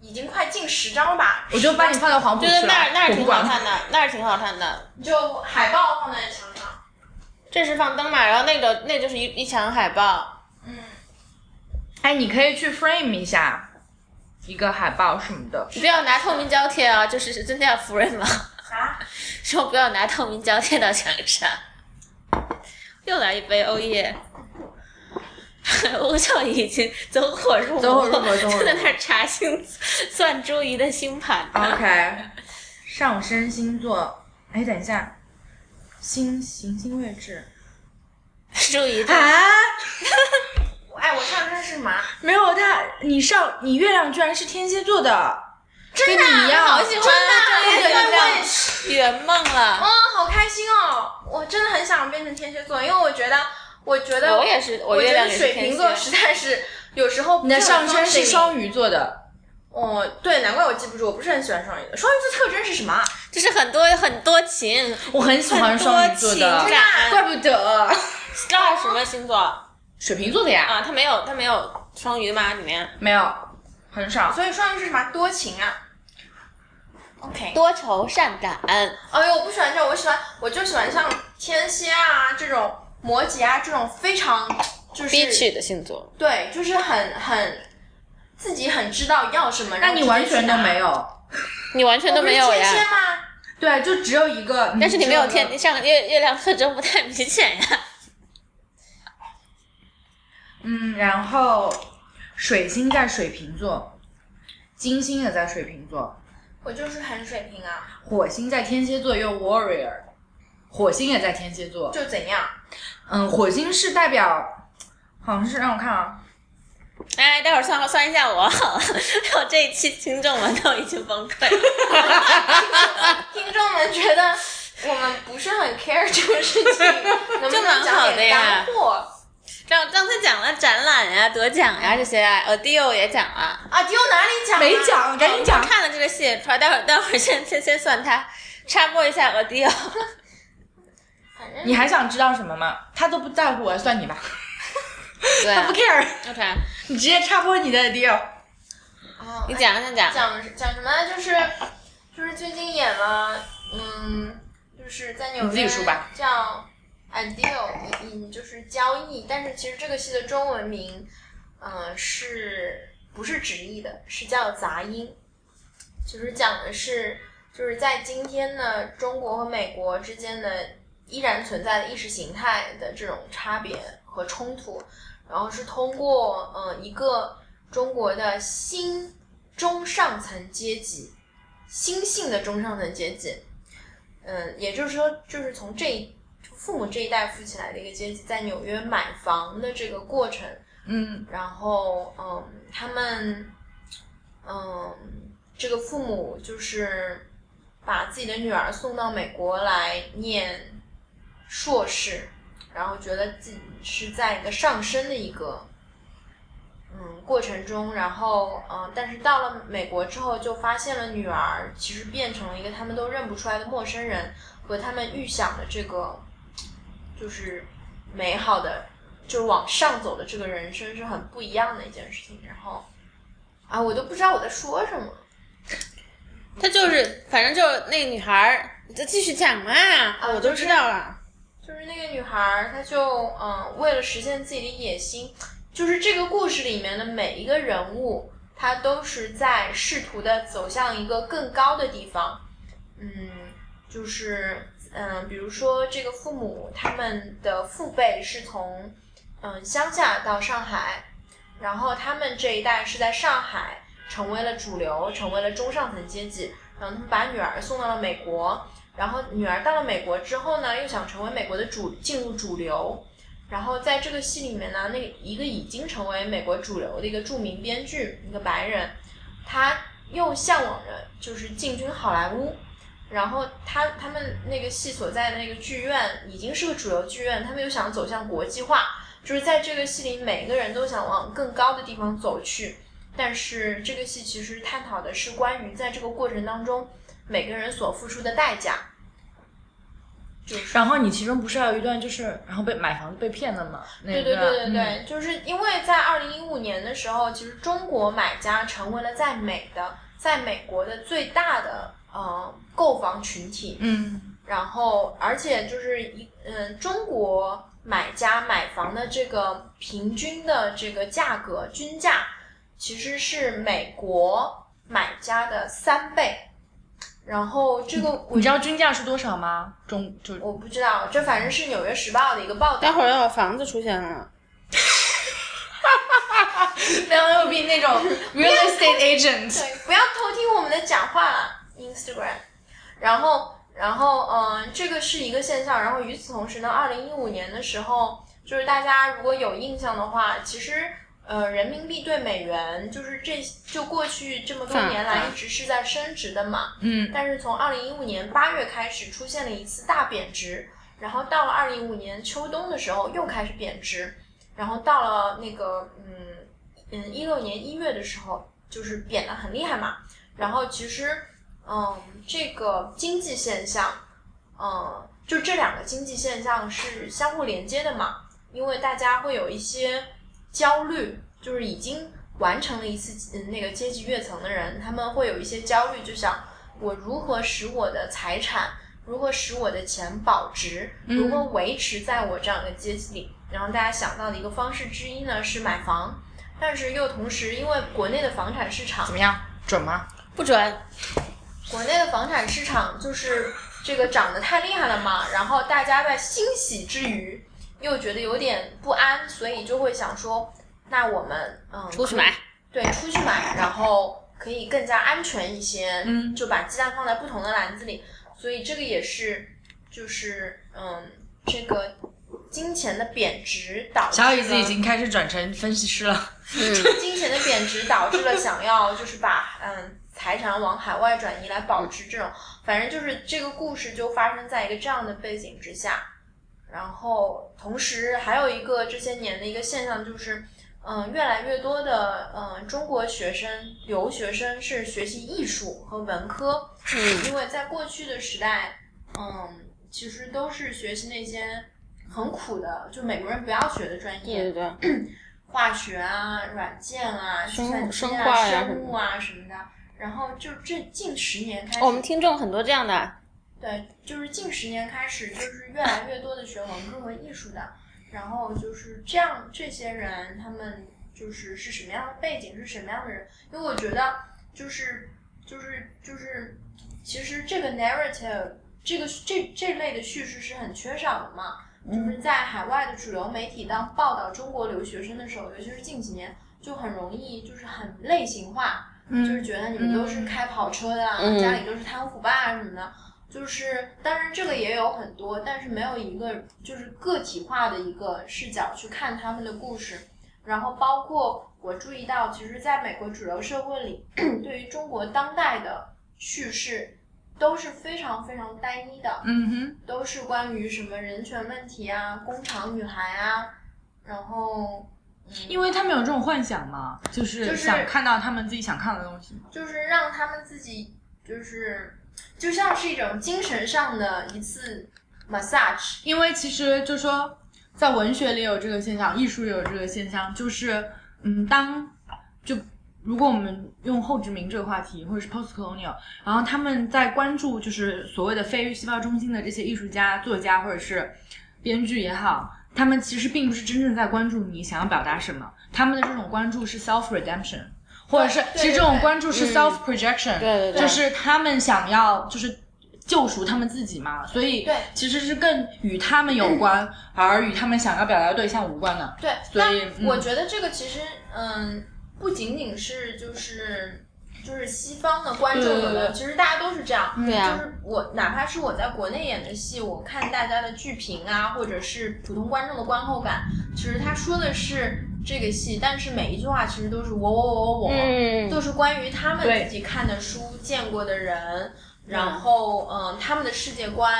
B: 已经快近十张了吧。
C: 我就把你放到黄浦啊
A: 觉
C: 去
A: 得
C: 了，
A: 那儿那儿
C: 我不
A: 挺好
C: 管。
A: 看的，那儿挺好看的。
B: 就海报放在墙上。
A: 这是放灯嘛，然后那个那就是一一墙海报，
B: 嗯，
C: 哎，你可以去 frame 一下一个海报什么的。
A: 不要拿透明胶贴啊，就是是真的要服人吗？
B: 啊，
A: 说不要拿透明胶贴到墙上。又来一杯欧哦耶！我就已经走火入魔，
C: 走火入魔走火入魔
A: 就在那儿查星算朱怡的星盘。
B: 啊
C: OK，上升星座，哎，等一下，星行星位置
A: 朱怡的、
C: 啊，
B: 哎，我上身是什么？
C: 没有他，你上你月亮居然是天蝎座的，
B: 真的
C: 跟你一样，
A: 啊好喜欢啊哎
C: 真的
B: 真的
C: 跟你一样
B: 我也
A: 圆梦
B: 嗯
A: 了。，
B: 好开心哦！我真的很想变成天蝎座，因为我觉得，我觉得
A: 我也是，
B: 我
A: 月
B: 觉
A: 亮
B: 得
A: 也是
B: 水
A: 天
B: 瓶
A: 蝎啊
B: 座实在是有时候不
C: 你的
B: 是很
C: 上升
B: 双
C: 是
B: 性
C: 双鱼座的，
B: 哦，对，难怪我记不住，我不是很喜欢双鱼座。双鱼座特征是什么啊？
A: 就是很多很多情，
C: 我很喜欢双鱼
A: 很
C: 座
A: 多情
C: 的，
A: 感。
C: 怪不得
A: 那什么星座啊？
C: 水瓶座的呀，
A: 他没有他没有双鱼吗？里面
C: 没有，很少。
B: 所以双鱼是什么？多情啊。OK，
A: 多愁善感。
B: 哎呦，我不喜欢这种，我喜欢，我就喜欢像天蝎啊这种，摩羯啊这种非常就是
A: 憋屈的星座，
B: 对，就是很很自己很知道要什么。
C: 那你完全都没
B: 有，
C: 有，
A: 你完全都没有
B: 我不是天蝎
A: 呀。
B: 吗？
C: 对，就只有一个，
A: 但是你没有
C: 只一个
A: 天上月月亮特征不太明显呀。
C: 嗯，然后水星在水瓶座，金星也在水瓶座，
B: 我就是很水平啊，
C: 火星在天蝎座又 warrior，火星也在天蝎座。
B: 就怎 样？
C: 嗯，火星是代表，好像是让我看啊，
A: 哎，待会儿算算一下我好了， 我这一期听众们都已经崩溃了。
B: 听众们觉得我们不是很 care 这个 事情，能不
A: 这蛮
B: 能讲
A: 好的
B: 点
A: 呀
B: 干货？
A: 刚刚才讲了展览呀、得奖呀这些啊 o d i o 也讲了。哦
B: 啊，丢哪里讲、啊？
C: 没讲，赶紧讲
A: 我。看了这个戏，待会儿待会儿先先先算它，插播一下 o d i o
B: 反正
C: 你还想知道什么吗？他都不在乎我，算你吧，
A: 对啊
C: 他不 care，
A: ，OK，
C: 你直接插播你的 deal。
B: 哦
A: 你讲讲讲。
B: 讲讲什么呢？就是就是最近演了，嗯，就是在纽约
C: 你自己说吧
B: 叫 Ideal，嗯，就是交易。但是其实这个戏的中文名，呃，是不是直译的？是叫杂音，就是讲的是就是在今天呢，中国和美国之间的依然存在的意识形态的这种差别和冲突，然后是通过呃一个中国的新中上层阶级，新兴的中上层阶级，嗯，也就是说，就是从这一父母这一代富起来的一个阶级，在纽约买房的这个过程，
C: 嗯，
B: 然后嗯，他们嗯，这个父母就是把自己的女儿送到美国来念硕士，然后觉得自己是在一个上升的一个嗯过程中，然后嗯，但是到了美国之后，就发现了女儿其实变成了一个他们都认不出来的陌生人，和他们预想的这个就是美好的就是往上走的这个人生是很不一样的一件事情。然后，啊，我都不知道我在说什么。
A: 他就是，反正就是那个女孩儿，你就继续讲嘛，
B: 啊
A: 我都知道了。
B: 就是那个女孩儿，她就嗯，为了实现自己的野心，就是这个故事里面的每一个人物，她都是在试图的走向一个更高的地方。嗯，就是嗯，比如说这个父母，他们的父辈是从嗯乡下到上海，然后他们这一代是在上海成为了主流，成为了中上层阶级，然后他们把女儿送到了美国，然后女儿到了美国之后呢，又想成为美国的主进入主流，然后在这个戏里面呢，那一个已经成为美国主流的一个著名编剧，一个白人，他又向往着就是进军好莱坞，然后他他们那个戏所在的那个剧院已经是个主流剧院，他们又想走向国际化，就是在这个戏里每个人都想往更高的地方走去，但是这个戏其实探讨的是关于在这个过程当中每个人所付出的代价。就是
C: 然后你其中不是还有一段就是，然后被买房子被骗了嘛？那
B: 对对
C: 个、
B: 对对对，
C: 嗯
B: 就是因为在二零一五年的时候，其实中国买家成为了在美的，在美国的最大的呃购房群体。
C: 嗯，
B: 然后而且就是一嗯，中国买家买房的这个平均的这个价格均价，其实是美国买家的三倍。然后这个我
A: 嗯
C: 你知道均价是多少吗？中就
B: 我不知道，这反正是《纽约时报》的一个报道。
A: 待会儿要有房子出现了，
C: 梁又斌 那种 real estate agent，
B: 对，不要偷听我们的讲话啦，Instagram。然后，然后，嗯、这个是一个现象。然后与此同时呢，二零一五年的时候，就是大家如果有印象的话，其实呃，人民币对美元就是这就过去这么多年来一直是在升值的嘛。
C: 嗯，
B: 但是从二零一五年八月开始出现了一次大贬值，然后到了二零一五年秋冬的时候又开始贬值，然后到了那个嗯嗯一六年一月的时候就是贬得很厉害嘛。然后其实嗯这个经济现象，嗯就这两个经济现象是相互连接的嘛，因为大家会有一些焦虑，就是已经。完成了一次嗯那个阶级跃层的人，他们会有一些焦虑，就想我如何使我的财产，如何使我的钱保值，
C: 嗯
B: 如何维持在我这样的阶级里。然后大家想到的一个方式之一呢是买房，但是又同时因为国内的房产市场
C: 怎，么样？准吗？
A: 不准。
B: 国内的房产市场就是这个涨得太厉害了嘛，然后大家在欣喜之余又觉得有点不安，所以就会想说，那我们嗯
A: 出去买，
B: 对，出去买，然后可以更加安全一些，
C: 嗯
B: 就把鸡蛋放在不同的篮子里，所以这个也是，就是嗯，这个金钱的贬值导致
C: 小椅子
B: 了
C: 已经开始转成分析师了。
A: 嗯，
B: 金钱的贬值导致了想要就是把嗯财产往海外转移来保值这种，反正就是这个故事就发生在一个这样的背景之下。然后同时还有一个这些年的一个现象就是，嗯，越来越多的嗯中国学生留学生是学习艺术和文科，
A: 嗯
B: 因为在过去的时代，嗯，其实都是学习那些很苦的，就美国人不要学的专业。
A: 对对对，
B: 化学啊、软件啊、计
A: 生物
B: 算机
A: 生
B: 啊、
A: 化呀
B: 生物啊什么的。然后就这近十年开始，
A: 哦我们听众很多这样的，
B: 对，就是近十年开始，就是越来越多的学文科和艺术的。然后就是这样，这些人他们就是是什么样的背景，是什么样的人？因为我觉得就是就是就是，其实这个 narrative 这个这这类的叙事是很缺少的嘛。就是在海外的主流媒体当报道中国留学生的时候，尤其是近几年，就很容易就是很类型化，就是觉得你们都是开跑车的啊，
A: 嗯
B: 家里都是贪污腐败啊什么的。就是当然这个也有很多，但是没有一个就是个体化的一个视角去看他们的故事。然后包括我注意到，其实在美国主流社会里， 对于中国当代的叙事都是非常非常单一的。
C: 嗯
B: 都是关于什么人权问题啊、工厂女孩啊，然后嗯
C: 哼，因为他们有这种幻想嘛，就是
B: 就是
C: 想看到他们自己想看的东西。
B: 就是让他们自己就是就像是一种精神上的一次 massage。
C: 因为其实就说在文学里有这个现象，艺术也有这个现象，就是嗯，当就如果我们用后殖民这个话题，或者是 post colonial，然后他们在关注就是所谓的非细胞中心的这些艺术家、作家或者是编剧也好，他们其实并不是真正在关注你想要表达什么，他们的这种关注是 self redemption，或者是
B: 对对
C: 其实这种
B: 对
C: 关注是
A: 嗯
C: self projection，、
A: 对对对
C: 就是他们想要就是救赎他们自己嘛，所以
B: 对
C: 其实是更与他们有关，而与他们想要表达的对象无关的。
B: 对，
C: 所
B: 那
C: 以嗯
B: 我觉得这个其实，嗯，不仅仅是就是就是西方的观众
A: 对对
B: 有的，
A: 对
B: 其实大家都是这样。
A: 对啊
B: 就是我哪怕是我在国内演的戏，我看大家的剧评啊，或者是普通观众的观后感，其实他说的是这个戏，但是每一句话其实都是我我我我我。
A: 嗯，
B: 都是关于他们
C: 对
B: 自己看的书、见过的人，然后嗯、他们的世界观，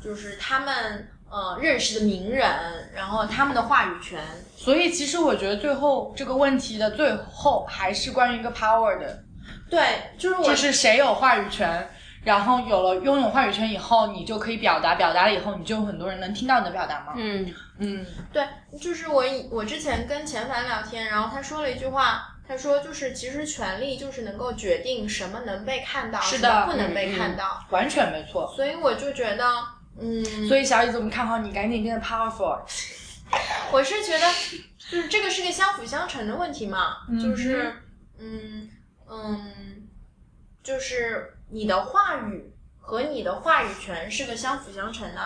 B: 就是他们呃认识的名人，然后他们的话语权。
C: 所以其实我觉得最后这个问题的最后还是关于一个 power 的，
B: 对，就是我
C: 就是谁有话语权。然后有了拥有话语权以后，你就可以表达，表达了以后，你就有很多人能听到你的表达嘛。
A: 嗯，
C: 嗯，
B: 对，就是我以我之前跟钱凡聊天，然后他说了一句话，他说就是其实权力就是能够决定什么能被看到，
C: 是
B: 什么
C: 的
B: 不能被
C: 嗯
B: 看到，
C: 完全没错。
B: 所以我就觉得，嗯，
C: 所以小椅子，我们看好你，赶紧变得 powerful。
B: 我是觉得，就是这个是个相辅相成的问题嘛，
C: 嗯哼
B: 就是，嗯嗯，就是你的话语和你的话语权是个相辅相成的，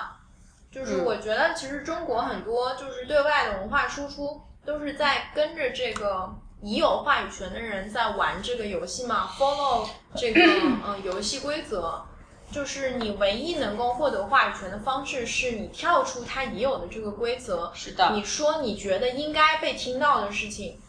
B: 就是
A: 嗯
B: 我觉得其实中国很多就是对外的文化输出都是在跟着这个已有话语权的人在玩这个游戏嘛，follow 这 个嗯游戏规则。就是你唯一能够获得话语权的方式，是你跳出它已有的这个规则，
C: 是的，
B: 你说你觉得应该被听到的事情，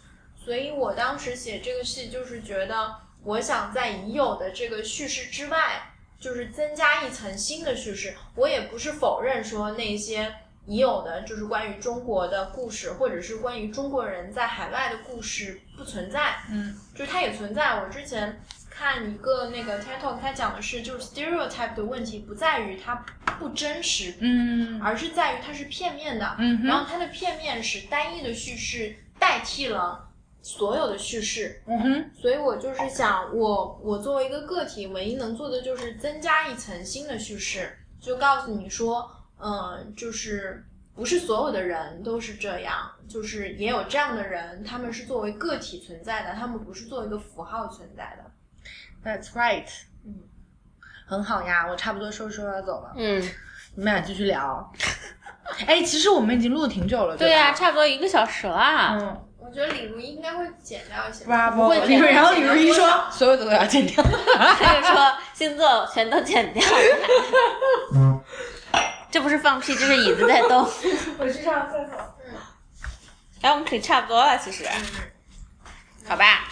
B: 所以我当时写这个戏就是觉得，我想在已有的这个叙事之外，就是增加一层新的叙事。我也不是否认说那些已有的就是关于中国的故事，或者是关于中国人在海外的故事不存在，
C: 嗯，
B: 就是它也存在。我之前看一个那个 TED Talk，它讲的是就是 stereotype 的问题不在于它不真实，
C: 嗯
B: 而是在于它是片面的。
C: 嗯哼
B: 然后它的片面是单一的叙事代替了所有的叙事，
C: 嗯哼。
B: 所以我就是想，我我作为一个个体，唯一能做的就是增加一层新的叙事，就告诉你说，嗯、就是不是所有的人都是这样，就是也有这样的人，他们是作为个体存在的，他们不是作为一个符号存在的。
C: That's right。
B: 嗯，
C: 很好呀，我差不多收拾收拾要走了，
A: 嗯，
C: 你们俩继续聊。 哎，其实我们已经录的挺久了，
A: 对呀、
C: 呀、
A: 差不多一个小时啦。
C: 嗯
B: 我觉得李如一应该会减掉一些吧，
C: ，Bravo。
A: 会
C: 李
A: 剪
C: 如
A: 掉
C: 然后李如一
B: 剪掉多
C: 说，
B: 少
C: 所有的都要剪掉。
A: 他就说星座全都剪掉了。这不是放屁，这是椅子在动。
D: 我去上个厕所。
A: 哎，我们可以差不多了，其实，
B: 嗯
A: 好吧。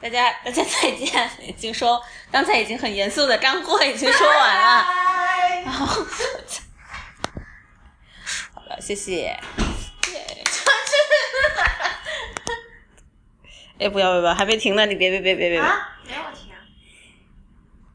A: 大家，大家再见！已经说，刚才已经很严肃的干货已经说完了。 然
B: 啊
A: 后，好了，谢谢。哎，不要不要，还没停呢，你别别别别别别。
B: 啊，没有题。